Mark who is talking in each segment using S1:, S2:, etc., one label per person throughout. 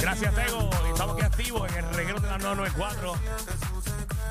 S1: Gracias, Tego. Estamos aquí activos en el reguero de la 994.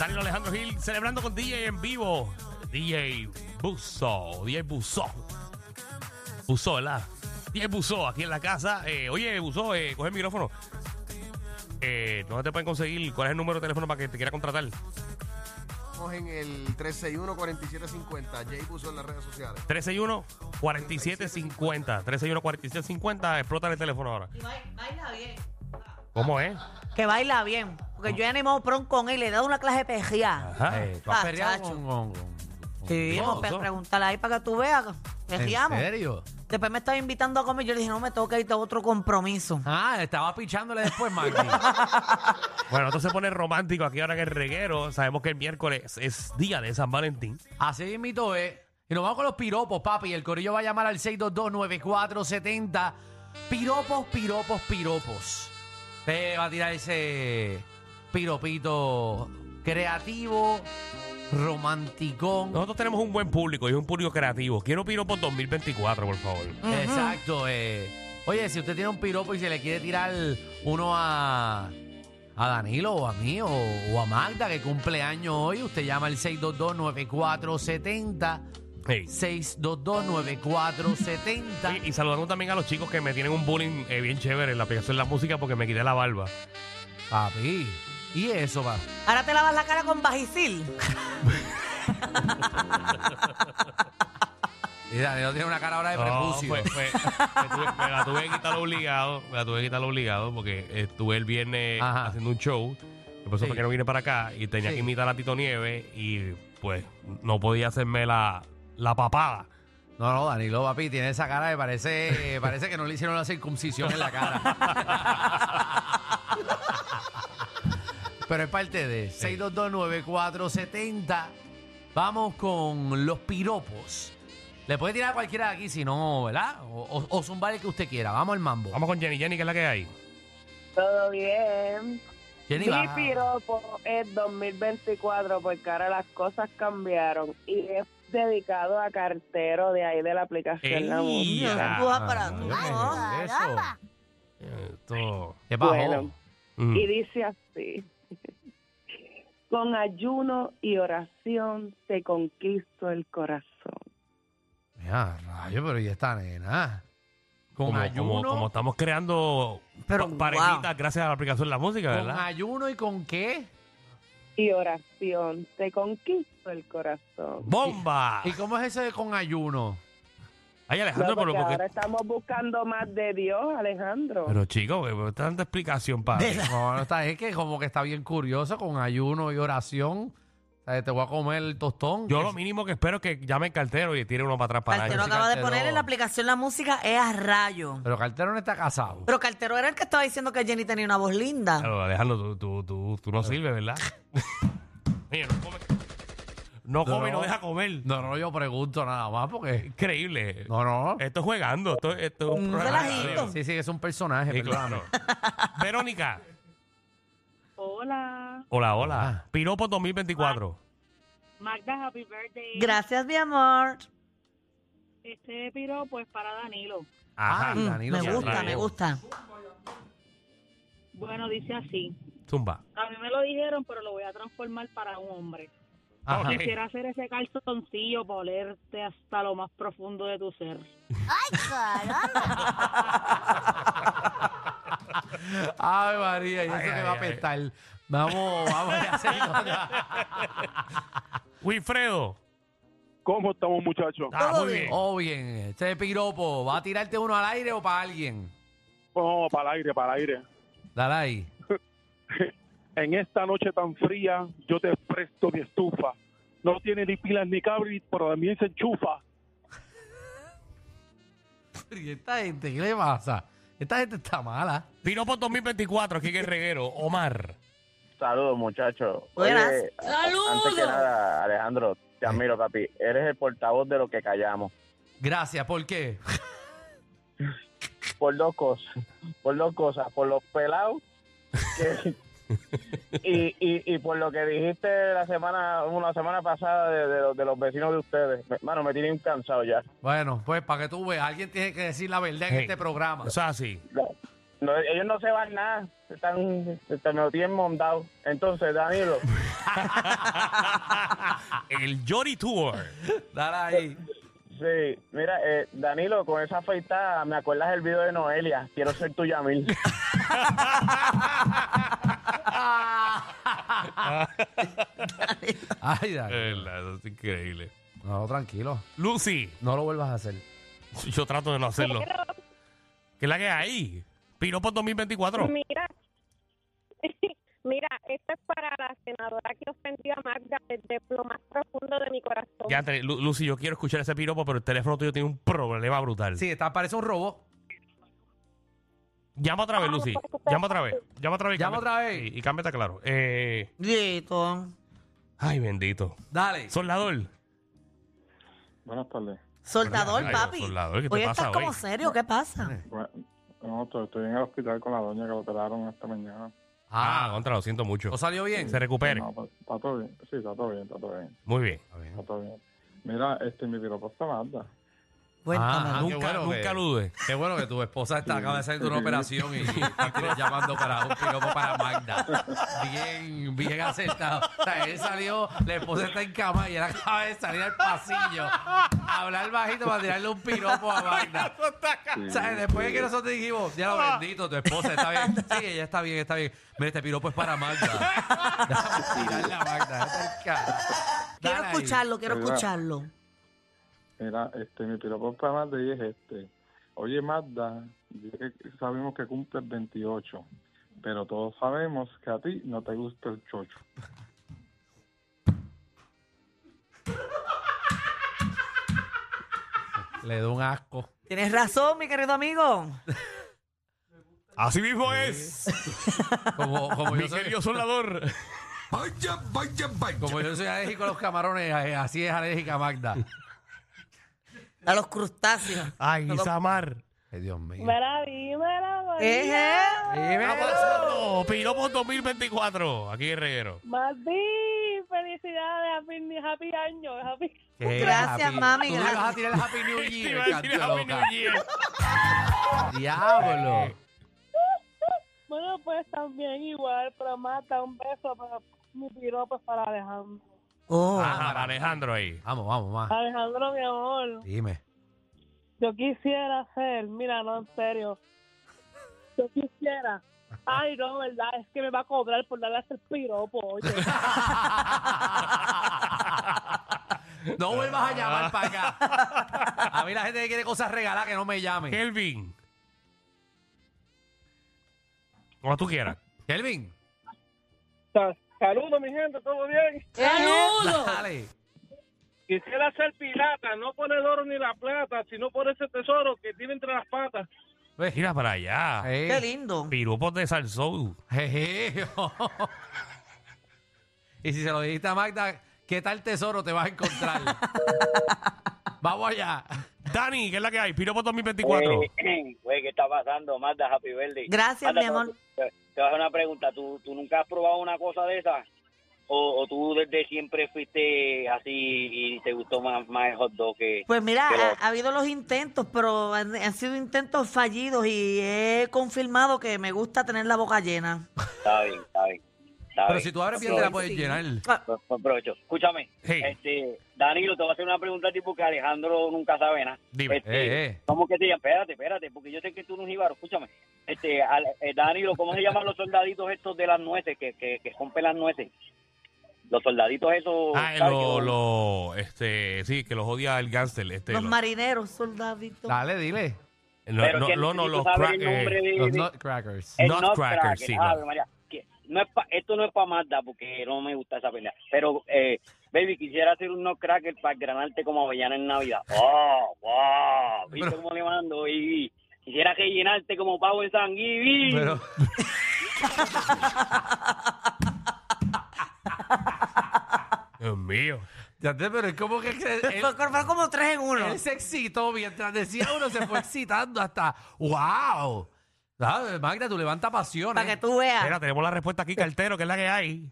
S1: Daniel Alejandro Gil celebrando con DJ en vivo. DJ Buzo. DJ Buzo. Buzo, ¿verdad? DJ Buzo aquí en la casa. Eh, oye, Buzo, eh, coge el micrófono. Eh, ¿Dónde te pueden conseguir? ¿Cuál es el número de teléfono para que te quiera contratar?
S2: Estamos en el 361-4750. Jay puso en las redes sociales.
S1: 361-4750. 361-4750. Explota el teléfono ahora.
S3: Y bai- baila bien.
S1: ¿Cómo es?
S3: Que baila bien. Porque yo he animado prom con él, le he dado una clase de pejía.
S1: Ajá.
S4: Eh, ¿Tú has
S3: Ah,
S4: peleado
S3: chacho.
S4: con, con- con- con
S3: Sí,
S4: Dios,
S3: vamos a
S4: eso?
S3: pe- preguntarle ahí para que tú veas. Pejeamos.
S4: ¿En serio?
S3: Después me estaba invitando a comer. Yo le dije, no me toca ir a otro compromiso.
S4: Ah, estaba pichándole después, Magdi.
S1: Bueno, esto se pone romántico aquí ahora en el reguero. Sabemos que el miércoles es día de San Valentín.
S4: Así mismo es. Y nos vamos con los piropos, papi. El corillo va a llamar al 622-9470. Piropos, piropos, piropos. Te va a tirar ese piropito creativo, romanticón.
S1: Nosotros tenemos un buen público y es un público creativo. Quiero piropos 2024, por favor.
S4: Exacto. eh. Oye, si usted tiene un piropo y se le quiere tirar uno a, a Danilo o a mí o, o a Magda que cumple año hoy, usted llama al 622-9470.
S1: Hey.
S4: 622-9470.
S1: Y, y saludamos también a los chicos que me tienen un bullying eh, bien chévere en la aplicación de la música porque me quité la barba.
S4: Papi. Y eso, va.
S3: Ahora te lavas la cara con bajisil.
S4: Y Danilo tiene una cara ahora de
S1: No,
S4: prepucio.
S1: fue- fue- me, tuve, me la tuve que quitar obligado, me la tuve que quitar obligado porque estuve el viernes
S4: Ajá.
S1: haciendo un show. Por eso
S4: Sí.
S1: fue que no vine para acá y tenía
S4: Sí.
S1: que imitar a Tito Nieves y pues no podía hacerme la, la papada.
S4: No, no, Danilo, papi, tiene esa cara que parece, eh, parece que no le hicieron la circuncisión en la cara. Pero es parte de 6229470. Vamos con los piropos. Le puede tirar a cualquiera de aquí, si no, ¿verdad? O, o- o zumbar el que usted quiera. Vamos al mambo.
S1: Vamos con Jenny, Jenny, que es la que hay.
S5: Todo bien.
S4: Jenny,
S5: Mi
S4: baja.
S5: piropo es 2024 porque ahora las cosas cambiaron y es dedicado a cartero de ahí de la aplicación La
S1: ¡Ey!
S5: Música.
S1: Ah,
S3: Tú vas para
S4: Dios
S3: tú,
S4: mío,
S3: ¿no?
S4: eso.
S1: Esto.
S4: ¿Qué bajó?
S5: Bueno.
S1: Mm.
S5: Y dice así. Con ayuno y oración te conquisto el corazón.
S4: Mira, rayo, pero ya está, nena. Con
S1: Como,
S4: ayuno.
S1: como- como estamos creando
S3: Pero,
S1: pa- parejitas gracias a la aplicación de la música,
S4: ¿Con
S1: ¿verdad?
S4: ayuno y con qué?
S5: Y oración te conquisto el corazón.
S1: ¡Bomba!
S4: ¿Y cómo es eso de con ayuno?
S1: Ay,
S5: No,
S1: Alejandro,
S5: porque
S1: pero porque-
S5: ahora estamos buscando más de Dios, Alejandro.
S1: Pero chicos, eh, tanta explicación para.
S4: No, no está, es que como que está bien curioso con ayuno y oración. O sea, te voy a comer el tostón.
S1: Yo lo mínimo que espero es que llame el cartero y tire uno para atrás para
S3: Cartero
S1: adelante.
S3: acaba de
S4: Cartero.
S3: poner en la aplicación la música es a rayo.
S4: Pero Cartero no está casado.
S3: Pero Cartero era el que estaba diciendo que Jenny tenía una voz linda.
S1: Claro, Alejandro, tú, tú, tú, tú no sirves, ¿verdad? Oye, no come. No come y no
S4: no.
S1: deja comer.
S4: No, no, yo pregunto nada más porque.
S1: Increíble.
S4: No, no.
S1: Esto es jugando. Esto, esto es un
S3: Un
S1: programa de
S3: relajito.
S1: radio.
S4: Sí, sí, es un personaje,
S1: Sí,
S4: perdóname.
S1: claro. Verónica.
S5: Hola,
S1: Hola, hola.
S4: Hola.
S1: Piropo 2024.
S5: Magda, happy birthday.
S3: Gracias, mi amor.
S5: Este piropo es para Danilo.
S1: Ajá.
S4: Ay,
S3: Mm,
S4: Ah, Danilo,
S3: me
S4: ya
S3: gusta,
S1: traigo.
S3: me gusta.
S5: Bueno, dice así.
S1: Zumba.
S5: A mí me lo dijeron, pero lo voy a transformar para un hombre.
S4: Ajá.
S1: Ok.
S5: Quisiera hacer ese calzoncillo para olerte hasta lo más profundo de tu ser.
S4: Ay, María, y eso
S1: Ay,
S4: que
S1: ay,
S4: va a
S1: ay.
S4: apestar. Vamos, vamos a hacer otra.
S1: Wilfredo.
S6: ¿Cómo estamos, muchachos?
S1: Ah,
S3: Todo
S1: muy
S3: bien.
S1: bien.
S4: Oh, bien, este piropo, ¿va a tirarte uno al aire o para alguien?
S6: No, para el aire, para el aire.
S4: Dale ahí.
S6: En esta noche tan fría, yo te presto mi estufa. No tiene ni pilas ni cabri, pero también se enchufa.
S4: ¿Y esta gente qué le pasa? Esta gente está mala.
S1: Piropo 2024, aquí en el reguero. Omar.
S7: Saludos, muchachos.
S3: Buenas.
S7: Antes que nada, Alejandro, te admiro, papi. Eres el portavoz de lo que callamos.
S4: Gracias, ¿por qué?
S7: Por dos cosas. Por dos cosas. Por los pelados. que- y, y, y por lo que dijiste la semana una semana pasada de, de los, de los vecinos de ustedes. Me- Mano, me tienen cansado ya.
S4: Bueno, pues para que tú veas, alguien tiene que decir la verdad en
S1: Hey.
S4: este programa.
S1: Eso es así.
S7: No, ellos no se van nada. Están, están, me lo tienen montado. Entonces, Danilo,
S1: El Jory Tour.
S4: Dale ahí.
S7: sí. Mira, eh, Danilo, con esa afeitada me acuerdas el video de Noelia. Quiero ser tu Yamil.
S4: Ay, dale.
S1: Eh, la- Eso es increíble.
S4: No, tranquilo.
S1: Lucy.
S4: No lo vuelvas a hacer.
S1: Yo trato de no hacerlo. ¿Qué es la que hay? Piropo 2024.
S8: Mira, mira, esto es para la senadora que ofendió a Magda desde lo más profundo de mi corazón.
S1: Ya, te- Lu- Lucy, yo quiero escuchar ese piropo, pero el teléfono tuyo tiene un problema brutal.
S4: Sí, está, parece un robot.
S1: Llama otra
S8: Ah,
S1: vez, Lucy.
S8: pues,
S1: Llama otra vez. Llama otra vez. y
S4: Llama
S1: cámbiate-
S4: otra vez.
S1: Y, y cámbiate claro. Eh,
S3: Dito.
S1: ay, bendito.
S4: Dale.
S1: Soldador.
S9: Buenas tardes.
S3: Soldador,
S1: Ay,
S3: papi.
S1: soldador, ¿qué te
S3: Hoy
S1: pasa
S3: estás como
S1: hoy? Ah,
S3: serio, ¿qué pasa?
S9: Bueno, no, estoy, estoy en el hospital con la doña que lo operaron esta mañana.
S1: Ah,
S4: Ah,
S1: contra, lo siento mucho.
S4: ¿no salió bien?
S1: Se recupere.
S9: No, pero está todo bien. Sí, está todo bien, está todo bien.
S1: Muy bien.
S9: Está todo bien. Mira, este, mi piropo está Magda.
S3: Cuéntame.
S4: Ah,
S1: nunca,
S4: qué bueno que-
S1: nunca alude.
S4: Qué bueno que tu esposa está, acaba de salir de una operación y, y tienes llamando para un piropo para Magda. Bien, bien acertado. O sea, él salió, la esposa está en cama y él acaba de salir al pasillo a hablar bajito para tirarle un piropo a Magda. O sea, después de que nosotros dijimos, ya lo bendito, tu esposa está bien. Sí, ella está bien, está bien. Mira, este piropo es para Magda. Déjame tirarle a Magda. vete al carajo.
S3: Quiero
S4: Dale ahí.
S3: escucharlo, quiero
S9: Ahí va.
S3: escucharlo.
S9: Mira, este, mi piropo está Magda y es este. Oye, Magda, yo sé que sabemos que cumples 28, pero todos sabemos que a ti no te gusta el chocho.
S4: Le doy un asco.
S3: Tienes razón, mi querido amigo.
S1: Así mismo es.
S4: Como, como
S1: Mi
S4: pues, yo soy-
S1: querido soldador.
S2: Vaya, vaya, vaya.
S4: Como yo soy alérgico a los camarones, eh, así es alérgica Magda.
S3: A los crustáceos.
S1: Ay, Samar.
S4: Ay, Dios mío.
S5: Mira, dímelo,
S3: Eje.
S7: ¡Ah,
S1: Está pasando. Piropo 2024. Aquí en Reguero.
S5: Mati, felicidades, happy, happy año, happy.
S4: Qué
S3: Gracias, mami,
S4: Tú le vas a
S3: gracias.
S4: tirar el Happy New
S1: Te
S4: Year,
S1: iba a decir
S4: canto
S1: Happy
S4: loca.
S1: New Year.
S4: Diablo.
S5: Bueno, pues también igual, pero Mata, un beso, pero mi piropo es para Alejandro.
S3: Oh.
S1: Ajá, para Alejandro ahí.
S4: Vamos, vamos, más.
S5: Alejandro, mi amor,
S4: Dime.
S5: yo quisiera ser, mira, no, en serio, yo quisiera. Ay, no, verdad, es que me va a cobrar por darle a hacer piropo, oye.
S4: No vuelvas a llamar para acá. A mí la gente que quiere cosas regaladas que no me llame.
S1: Kelvin. Como tú quieras.
S4: Kelvin,
S6: Saludos, mi gente, ¿todo bien?
S4: dale.
S6: Quisiera ser pirata, no por el oro ni la plata, sino por ese tesoro que tiene entre las patas.
S1: Mira para allá.
S4: Eh,
S3: Qué lindo.
S1: Piropos de Salsou.
S4: jeje. y si se lo dijiste a Magda, ¿qué tal tesoro te vas a encontrar? vamos allá.
S1: Dani, ¿qué es la que hay? Piropo 2024.
S7: Eh, Güey, ¿qué está pasando? Magda, Happy Birthday.
S3: Gracias,
S7: Magda,
S3: mi amor.
S7: Te, te voy a hacer una pregunta. ¿Tú, ¿Tú nunca has probado una cosa de esas? ¿O, o tú desde siempre fuiste así y te gustó más, más el hot dog que...
S3: Pues mira,
S7: Pero-
S3: ha, ha habido los intentos, pero han, han sido intentos fallidos y he confirmado que me gusta tener la boca llena.
S7: Está bien, está bien. está
S4: Pero
S7: bien.
S4: si tú abres bien, te la puedes llenar.
S3: Ah,
S7: Pues- pues aprovecho. Escúchame,
S1: Hey.
S7: este, Danilo, te voy a hacer una pregunta tipo que Alejandro nunca sabe nada.
S1: Dime.
S3: Pues
S7: Este,
S4: Eh, eh.
S7: ¿Cómo que te llamas? Espérate, espérate, porque yo sé que tú no es jíbaro. Escúchame. Este, al- eh, Danilo, ¿cómo se llaman los soldaditos estos de las nueces que, que, que rompen las nueces? Los soldaditos esos...
S1: Ah,
S7: ¿sabes?
S1: lo,
S7: Que-
S1: lo, este, sí, que los odia el gánster. Este,
S3: los
S1: lo-
S3: marineros, soldaditos.
S4: Dale, dile.
S1: no,
S7: Pero
S1: no,
S7: que
S1: no, no,
S7: necesito
S1: los
S7: saber
S1: crack,
S7: el nombre
S1: eh,
S7: de-
S4: Los
S7: de-
S4: Nutcrackers.
S3: Eh,
S7: el
S1: Nutcracker,
S7: Nutcracker,
S1: sí,
S7: Ave
S1: no.
S7: María. Que no es pa- esto no es para Magda porque no me gusta esa pelea. Pero, eh, baby, quisiera hacer un Nutcracker para granarte como avellana en Navidad. ¡Wow! ¡Wow! Ah, ¿Viste
S4: Pero-
S7: cómo le mando, baby?
S10: Quisiera que llenarte como pavo en San Giving.
S4: Pero-
S1: Dios mío.
S4: Ya te, pero es como que.
S3: Fue- fue como tres en uno.
S4: Él se excitó mientras decía uno, se fue excitando hasta. ¡Wow! Ah, Magda, tú levanta pasiones.
S3: Para que tú veas.
S1: Mira, tenemos la respuesta aquí, cartero, que es la que hay.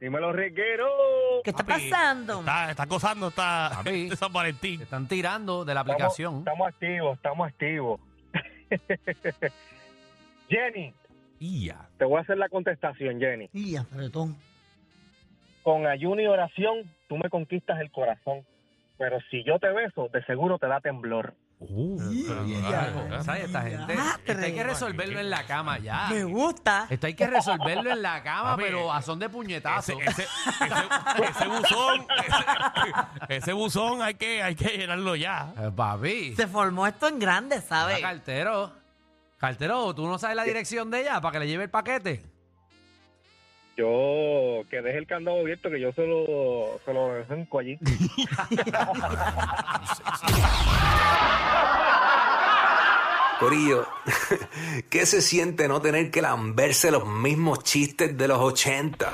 S7: Dímelo, Reguero.
S3: ¿Qué está
S1: Papi,
S3: pasando?
S1: Está, está acosando está
S4: Papi.
S1: San Valentín.
S4: Están tirando de la aplicación.
S7: Estamos activos, estamos activos. Jenny,
S1: Ya.
S7: te voy a hacer la contestación, Jenny.
S3: Y apretón.
S7: Con ayuno y oración, tú me conquistas el corazón. Pero si yo te beso, de seguro te da temblor.
S1: Uh, pero- ah, ah,
S4: ¿Sabes? Esta gente.
S3: Diatre.
S4: Esto hay que resolverlo en la cama ya.
S3: Me gusta.
S4: Esto hay que resolverlo en la cama,
S1: Papi,
S4: pero a son de puñetazo.
S1: Ese, ese, ese- ese buzón, ese, ese buzón hay que, hay que llenarlo ya.
S4: Eh, Papi.
S3: Se formó esto en grande,
S4: Ah,
S3: ¿sabes?
S4: Cartero. Cartero, ¿tú no sabes la dirección de ella para que le lleve el paquete?
S7: Yo que deje el candado abierto, que yo se lo, se lo dejo allí.
S11: Corillo, ¿qué se siente no tener que lamberse los mismos chistes de los 80?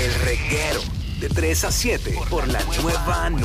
S11: El reguero de 3 a 7 por la nueva 9.